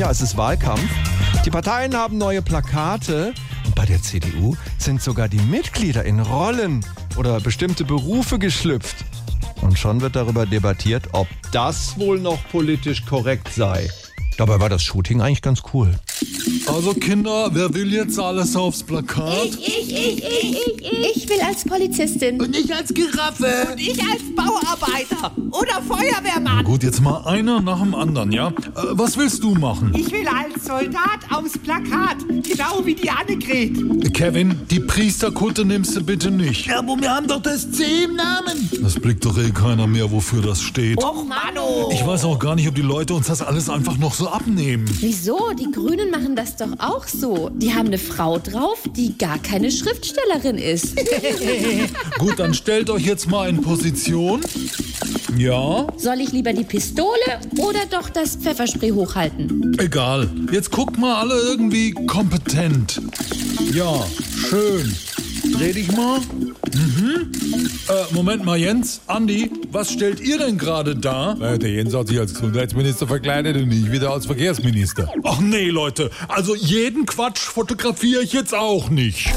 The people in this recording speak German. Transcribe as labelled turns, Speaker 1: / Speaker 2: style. Speaker 1: Ja, es ist Wahlkampf. Die Parteien haben neue Plakate. Und bei der CDU sind sogar die Mitglieder in Rollen oder bestimmte Berufe geschlüpft. Und schon wird darüber debattiert, ob das wohl noch politisch korrekt sei. Dabei war das Shooting eigentlich ganz cool.
Speaker 2: Also Kinder, wer will jetzt alles aufs Plakat?
Speaker 3: Ich, ich, ich, ich, ich. Ich will als Polizistin.
Speaker 4: Ich als Giraffe.
Speaker 5: Ich als Bauarbeiter oder Feuerwehrmann.
Speaker 2: Gut, jetzt mal einer nach dem anderen, ja? Äh, was willst du machen?
Speaker 5: Ich will als Soldat aufs Plakat, genau wie die Annegret.
Speaker 2: Kevin, die Priesterkutte nimmst du bitte nicht.
Speaker 4: Ja, aber wir haben doch das C im Namen. Oh.
Speaker 2: Das blickt doch eh keiner mehr, wofür das steht.
Speaker 5: Och, Mano.
Speaker 2: Ich weiß auch gar nicht, ob die Leute uns das alles einfach noch so abnehmen.
Speaker 3: Wieso? Die Grünen machen das doch auch so. Die haben eine Frau drauf, die gar keine Schriftstellerin ist.
Speaker 2: Gut, dann stellt euch jetzt mal in Position. Ja,
Speaker 3: Soll ich lieber die Pistole oder doch das Pfefferspray hochhalten?
Speaker 2: egal. Jetzt guckt mal alle irgendwie kompetent. Ja, schön. Dreh dich mal. Mhm. Äh, Moment mal, Jens. Andi, was stellt ihr denn gerade da?
Speaker 6: Äh, Der Jens hat sich als Gesundheitsminister verkleidet und ich wieder als Verkehrsminister.
Speaker 2: Ach nee, Leute. Also jeden Quatsch fotografiere ich jetzt auch nicht.